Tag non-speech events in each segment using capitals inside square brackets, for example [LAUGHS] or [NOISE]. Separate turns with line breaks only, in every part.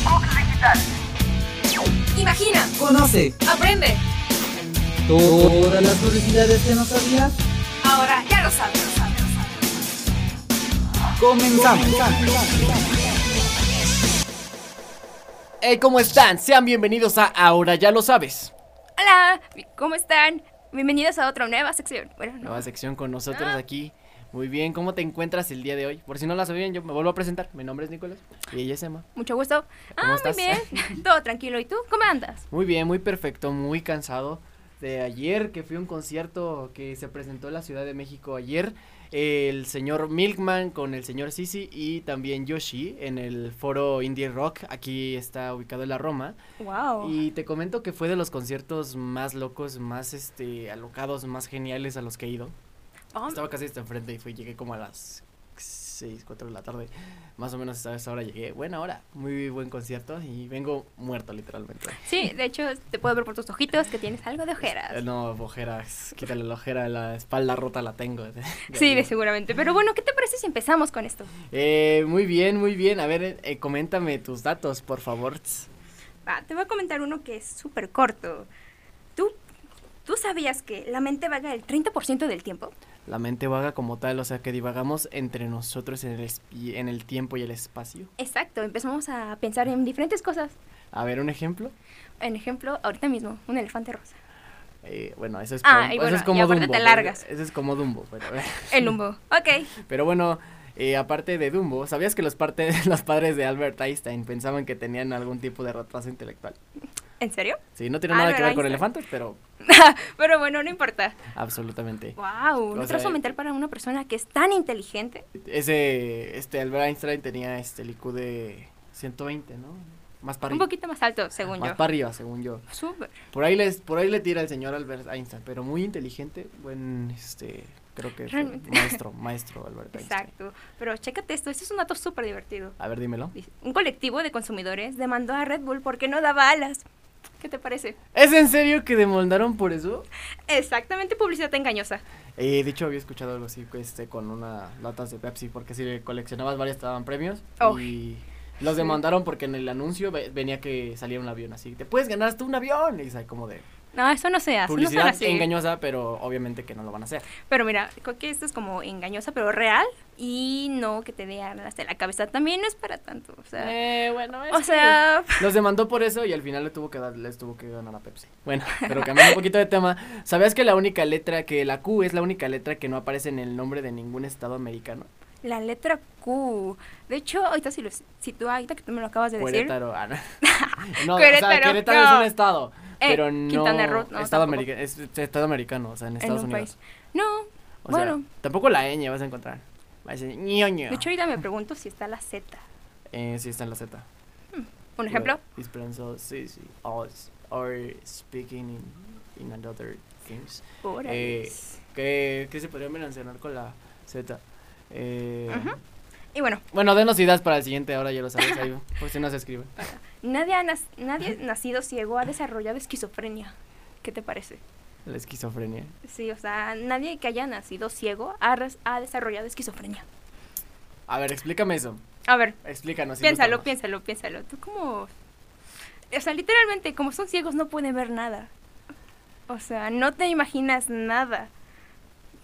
digital.
Imagina,
Conoce
aprende.
todas las curiosidades que no sabías.
Ahora ya lo sabes.
Comenzamos.
Hey, ¿cómo están? Sean bienvenidos a Ahora ya lo sabes.
Hola, ¿cómo están? Bienvenidos a otra nueva sección. Bueno, no.
Nueva sección con nosotros aquí. Muy bien, ¿cómo te encuentras el día de hoy? Por si no la sabían, yo me vuelvo a presentar. Mi nombre es Nicolás y ella es Emma.
Mucho gusto.
¿Cómo
ah,
estás?
muy [LAUGHS] bien. Todo tranquilo. ¿Y tú? ¿Cómo andas?
Muy bien, muy perfecto, muy cansado. De ayer que fui a un concierto que se presentó en la Ciudad de México ayer, el señor Milkman con el señor Sisi y también Yoshi en el foro Indie Rock, aquí está ubicado en la Roma.
Wow.
Y te comento que fue de los conciertos más locos, más este alocados, más geniales a los que he ido.
Oh,
Estaba casi hasta enfrente y fui, llegué como a las 6, 4 de la tarde. Más o menos a esa hora llegué. Buena hora, muy buen concierto y vengo muerto literalmente.
Sí, de hecho, te puedo ver por tus ojitos que tienes algo de
Eh,
ojeras.
No, ojeras, quítale la ojera, la espalda rota la tengo. [LAUGHS] de- de
Sí,
arriba.
de seguramente. Pero bueno, ¿qué te parece si empezamos con esto?
Eh, muy bien, muy bien. A ver, eh, eh, coméntame tus datos, por favor.
Va, te voy a comentar uno que es súper corto. ¿Tú, ¿Tú sabías que la mente vaga el 30% del tiempo?
La mente vaga como tal, o sea que divagamos entre nosotros en el, espi- en el tiempo y el espacio.
Exacto, empezamos a pensar en diferentes cosas.
A ver, un ejemplo.
En ejemplo, ahorita mismo, un elefante rosa.
Eh, bueno, eso es,
Ah,
como-
y
eso
bueno,
es
y
como
aparte
Dumbo.
te largas.
Eso es como Dumbo. pero-
El lumbo. Ok,
Pero bueno, eh, aparte de Dumbo, ¿sabías que los, parte- [LAUGHS] los padres de Albert Einstein pensaban que tenían algún tipo de retraso intelectual?
¿en serio?
Sí, no tiene nada que ver
Albert
con
Einstein.
elefantes, pero
Pero bueno, no importa.
absolutamente.
Wow, un
O sea,
retraso
eh,
mental para una persona que es tan inteligente.
Ese, este, Albert Einstein tenía este, el IQ de 120, ¿no? Más
Un
para arriba.
poquito más alto, según
Más
yo.
para arriba, según yo.
Súper.
Por ahí, les, por ahí le tira el señor Albert Einstein, pero muy inteligente, buen, este, creo que fue
Realmente.
maestro, maestro Albert Einstein.
Exacto. Pero chécate esto, este es un dato súper divertido.
A ver, dímelo.
Dice, Un colectivo de consumidores demandó a Red Bull porque no daba alas. ¿Qué te parece?
¿Es en serio que demoldaron por eso?
Exactamente publicidad engañosa.
Eh, de hecho, había escuchado algo así este, con unas latas de Pepsi, porque si coleccionabas varias te daban premios.
Uy.
Y los demandaron porque en el anuncio ve- venía que salía un avión así. Te puedes ganar hasta un avión. Y sale como de
No, eso no se hace. No son
publicidad
así.
engañosa, pero obviamente que no lo van a hacer.
Pero mira, creo que esto es como engañosa, pero real. Y no que te dé alas de la cabeza. También no es para tanto. O sea,
Eh, bueno, es
o
que
sea
Los demandó por eso y al final le tuvo que dar, les tuvo que ganar a Pepsi. Bueno, pero cambiando un poquito de tema, ¿sabías que la única letra, que la Q es la única letra que no aparece en el nombre de ningún estado americano?
la letra Q. De hecho, ahorita si, lo, si tú, ahorita que tú me lo acabas de decir.
Querétaro,
[LAUGHS]
ah, no. No, o sea,
Querétaro,
Querétaro
no.
es un estado,
Eh,
pero no
Quintana Roo, no, tampoco.
estado americano, es, es estado americano, o sea,
en
en Estados
un
Unidos.
país. No,
O
bueno.
sea, tampoco la ñ vas a encontrar. Va a decir ñoño.
de hecho ahorita me pregunto si está la Z.
eh, sí está en la Z.
Un ejemplo,
Is pronounced sí, sí, or, or speaking in, in another things.
órale.
eh, ¿Qué, qué se podría mencionar con la Z? Eh,
Ujú. Y bueno,
Bueno, denos ideas para el siguiente, ahora ya lo sabes, ahí, por si no se escribe.
nadie, ha nac- nadie nacido ciego ha desarrollado esquizofrenia. ¿Qué te parece?
La esquizofrenia.
Sí, o sea, nadie que haya nacido ciego ha, res- ha desarrollado esquizofrenia.
A ver, explícame eso.
A ver,
Explícanos.
piénsalo,
ilústranos.
piénsalo, piénsalo. Tú como... O sea, literalmente, como son ciegos no pueden ver nada. O sea, no te imaginas nada.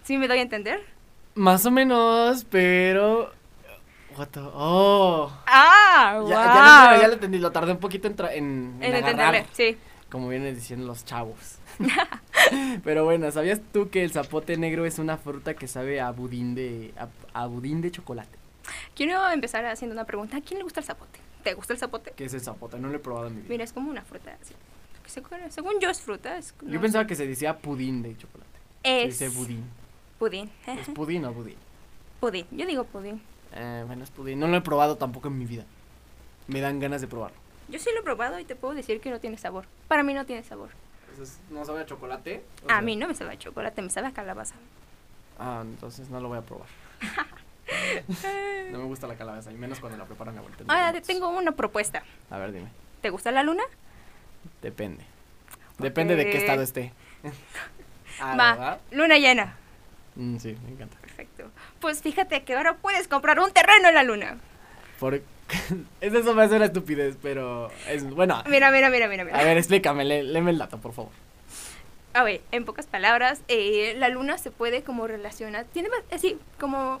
¿Sí me doy a entender?
Más o menos, pero. What the- Oh.
¡Ah!
Ya,
¡Wow!
ya lo- mira, ya lo entendí, lo tardé un poquito en, tra- en,
En
en agarrar,
entenderle, sí.
como vienen diciendo
[LAUGHS]
los chavos. pero bueno, ¿sabías tú que el zapote negro es una fruta que sabe a budín de, a, a budín de chocolate?
Quiero empezar haciendo una pregunta. ¿A quién le gusta el zapote? ¿Te gusta el zapote?
¿Qué es el zapote? No lo he probado en mi vida.
Mira, es como una fruta. así. Que se- Según yo es fruta. Es,
Yo pensaba que se decía pudín de chocolate. Se
es
dice budín.
[LAUGHS] pudín.
¿Es pudín o budín?
pudín. Yo digo pudín.
Eh, bueno, es pudín. No lo he probado tampoco en mi vida. Me dan ganas de probarlo.
Yo sí lo he probado y te puedo decir que no tiene sabor. Para mí no tiene sabor.
¿No sabe a chocolate?
a mí no me sabe a chocolate, me sabe a calabaza.
Ah, entonces no lo voy
[LAUGHS]
a probar. no me gusta la calabaza, y menos cuando la preparan la vuelta.
Ahora Ah, te tengo una propuesta.
A ver, dime.
¿Te gusta la luna?
Depende. Depende de qué
Ok. [LAUGHS]
estado esté. ah,
Va,
¿verdad?
luna llena.
Mm, sí, me encanta.
Perfecto. Pues fíjate que ahora puedes comprar un terreno en la luna.
Por- [LAUGHS] Eso me hace una estupidez, pero es bueno.
Mira, mira, mira, mira, mira.
A ver, explícame, lé- léeme el dato, por favor.
A ver, en pocas palabras, eh, la luna se puede como relacionar, tiene ba- así como...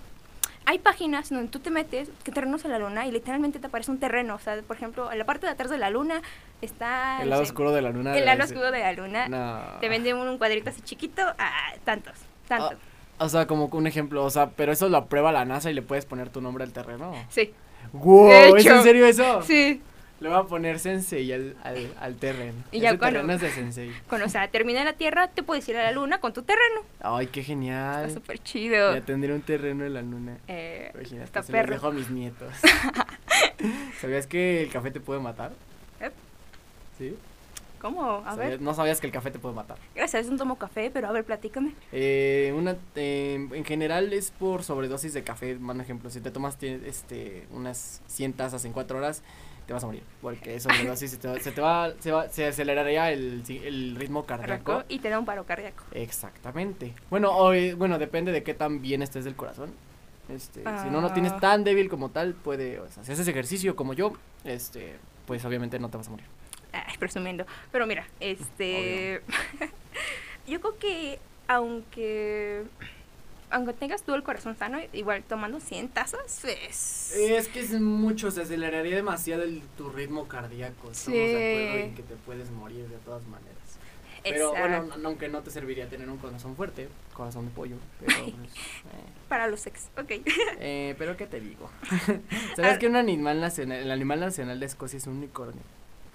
Hay páginas donde tú te metes, que terrenos a la luna, y literalmente te aparece un terreno. O sea, por ejemplo, en la parte de atrás de la luna está...
El
no
lado
sé,
oscuro de la luna.
El
la-
lado oscuro de la luna.
No.
Te venden un cuadrito así chiquito a tantos, tantos.
O sea, como un ejemplo, o sea, pero eso lo aprueba la NASA y le puedes poner tu nombre al terreno.
Sí,
¡Wow!
De
¿Es
hecho.
en serio eso?
sí.
Le va a poner sensei al, al, al terreno.
Y ya
Ese
cuando-
terreno es de sensei.
Cuando, o sea, termina la Tierra, te puedes ir a la luna con tu terreno.
Ay, qué
Está
genial.
súper chido.
Ya tendré un terreno en la luna.
Eh,
Imagínate,
está
se los
perro.
dejo a
[LAUGHS]
mis nietos. ¿Sabías que el café te puede matar?
¿Eh?
¿Sí?
¿Cómo? A
¿Sabías-
ver.
No sabías que el café te puede matar.
Gracias, no tomo café, pero a ver, platícame.
Eh, una, eh, en general es por sobredosis de café. Mando ejemplo, si te tomas tie- este, unas 100 tazas en 4 horas, te vas a morir.
[LAUGHS]
Porque es sobredosis se te, va- se te va, se va- se aceleraría el, si- el ritmo cardíaco.
Arrancó y te da un paro cardíaco.
Exactamente. Bueno, o, eh, bueno, depende de qué tan bien estés del corazón. Este, Si no, no tienes
Ah.
tan débil como tal, puede, o sea, si haces ejercicio como yo, este, pues obviamente no te vas a morir.
Ay, presumiendo. Pero mira, este. [LAUGHS] yo creo que aunque. Aunque tengas tú el corazón sano, igual tomando 100 tazas, es.
Es que es mucho, se aceleraría demasiado el, tu ritmo cardíaco. Estamos de acuerdo
Sí.
en que te puedes morir de todas maneras. Pero bueno,
Exacto.
no- no- aunque no te serviría tener un corazón fuerte, corazón de
[LAUGHS]
pollo, pero pues, eh,
Para los ex. Ok. [LAUGHS]
eh, pero qué te digo. [LAUGHS] ¿Sabes
Ah.
que un animal nacional, el animal nacional de Escocia es un unicornio?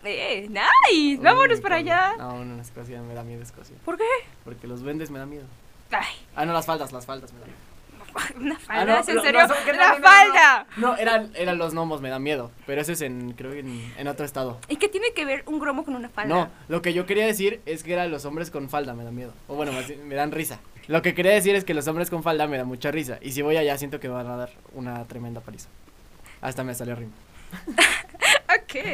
Eh, nice.
Un
Vámonos para
unicornio.
allá.
No, no, no, Escocia me da miedo Escocia,
¿Por qué?
porque los duendes me da miedo.
Ay, [LAUGHS]
Ah, no, las faldas, las faldas me da miedo.
una
Ah,
falda,
no,
¿es en
no, no,
serio?
no, que no,
¡La
no, no, no.
falda!
No, eran, eran los gnomos, me da miedo, pero ese es en, creo que en, en otro estado.
¿Y qué tiene que ver un gromo con una falda?
No, lo que yo quería decir es que eran los hombres con falda, me da miedo. O bueno, más bien, me dan risa. Lo que quería decir es que los hombres con falda me dan mucha risa. Y si voy allá, siento que me van a dar una tremenda paliza. Hasta me salió rima.
Ok.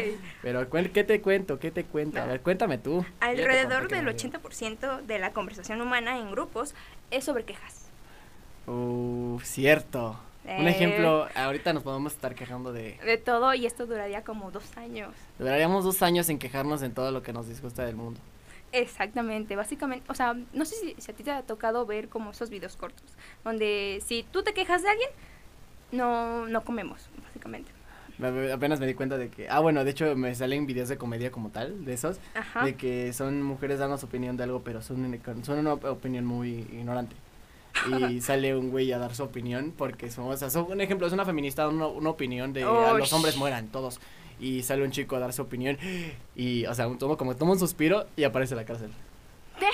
Pero, ¿cuál- ¿qué te cuento? ¿Qué te cuento? A
No.
ver, cuéntame tú. Ya te
Alrededor
conté que
del
me dio.
80% de la conversación humana en grupos es sobre quejas.
Uh, cierto. Un
Eh.
ejemplo, ahorita nos podemos estar quejando de...
De todo, y esto duraría como dos años.
Duraríamos dos años en quejarnos en todo lo que nos disgusta del mundo.
Exactamente, básicamente, o sea, no sé si, si a ti te ha tocado ver como esos videos cortos, donde si tú te quejas de alguien, no, no comemos, básicamente.
Me- Apenas me di cuenta de que... Ah, bueno, de hecho me salen videos de comedia como tal, de esos.
Ajá.
de que son mujeres dando su opinión de algo, pero son, unicorn- son una op- opinión muy ignorante.
[LAUGHS]
Y sale un güey a dar su opinión porque son, o sea, son- un ejemplo, es una feminista dando una, una opinión de "Ah,
Oh,
los hombres
sh-
mueran todos. Y sale un chico a dar su opinión y, o sea, un, toma, como toma un suspiro y aparece la cárcel.
¿Qué?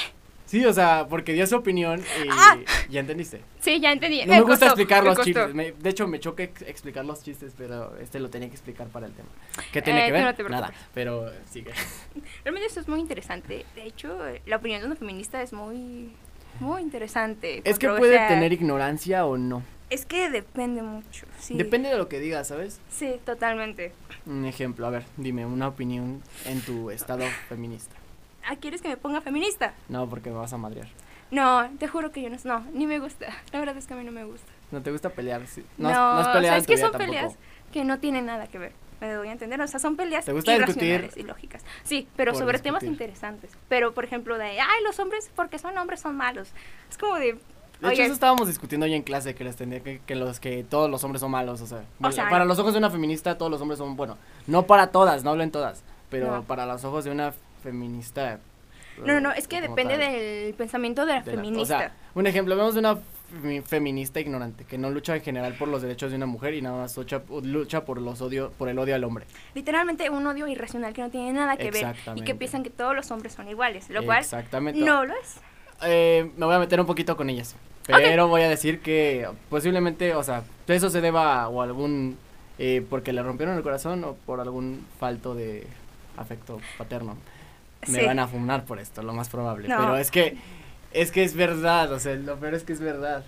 Sí, o sea, porque dio su opinión y
Ah.
ya entendiste.
Sí, ya entendí. [LAUGHS]
No me gusta
costó,
explicar
me
los
costó.
chistes. me- de hecho, me choca ex- explicar los chistes, pero este lo tenía que explicar para el tema. ¿Qué
Eh,
tiene que
tú
ver?
no te
Nada, pero eh,
[LAUGHS]
sigue.
Realmente esto es muy interesante. De hecho, eh, la opinión de una feminista es muy, muy interesante.
Es que puede
controversial.
tener ignorancia o no.
Es que depende mucho. Sí.
Depende de lo que digas, ¿sabes?
Sí, totalmente.
Un ejemplo, a ver, dime una opinión en tu estado feminista.
Ah, ¿quieres que me ponga feminista?
No, porque me vas a madrear.
No, te juro que yo no, no, ni me gusta. La verdad es que a mí no me gusta.
¿No te gusta pelear? Sí.
No,
No, has- no has
o sea,
peleado en
es
tu
que
vida
son
tampoco.
peleas que no tienen nada que ver. Me doy a entender, o sea, son peleas
¿Te gusta discutir?
irracionales y lógicas. Sí, pero
Por
sobre temas
discutir.
interesantes. Pero, por ejemplo, de, ay, los hombres, porque son hombres, son malos. Es como de,
De hecho,
oye,
eso estábamos discutiendo hoy en clase, que, les tenía que, que los que todos los hombres son malos, o sea, bueno,
sea,
para los ojos de una feminista todos los hombres son, bueno, no para todas, no hablo en todas, pero
No.
para los ojos de una feminista.
no,
eh,
no, es que
como
depende
tal,
del pensamiento de la
de la- o
feminista.
sea, un ejemplo, vemos de una femi- feminista ignorante que no lucha en general por los derechos de una mujer y nada más lucha, lucha por los odio, por el odio al hombre.
Literalmente un odio irracional que no tiene nada que ver y que
Exactamente.
piensan que todos los hombres son iguales, lo cual
Exactamente.
no lo es.
Eh, me voy a meter un poquito con ellas. Pero voy a decir que posiblemente, o sea, eso se deba a- o algún. eh, porque le rompieron el corazón o por algún falto de afecto paterno. Me
Sí.
van a fumar por esto, lo más probable.
No.
Pero es que. Es que es verdad, o sea, lo peor es que es verdad.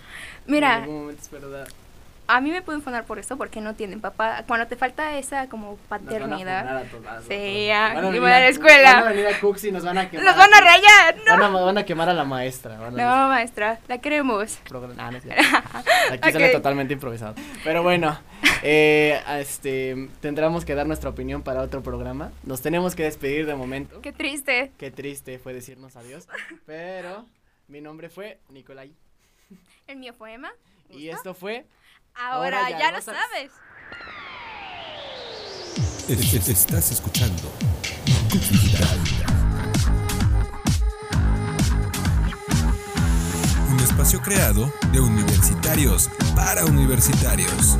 Mira,
En algún momento es verdad.
a mí me pueden fundar por eso porque no tienen papá. Cuando te falta esa como
Nos van a
paternidad,
funar a todas,
Sí,
todas.
ya,
Van
yo
venir
voy a la
Van a
escuela.
venir a Cooks y nos van a quemar.
los van a
aquí.
rayar. No,
Van a, van a quemar a la maestra. Van a decir,
no maestra, la queremos.
programa. Ah, no es cierto. Aquí sale
Ok.
totalmente improvisado. Pero bueno, eh, este, tendremos que dar nuestra opinión para otro programa. Nos tenemos que despedir de momento.
Qué triste.
Qué triste fue decirnos adiós. Pero mi nombre fue Nicolai.
El mío poema.
Y esto fue
Ahora, ya, lo sabes.
Es- es- Estás escuchando Cookie Digital. Un espacio creado de universitarios para universitarios.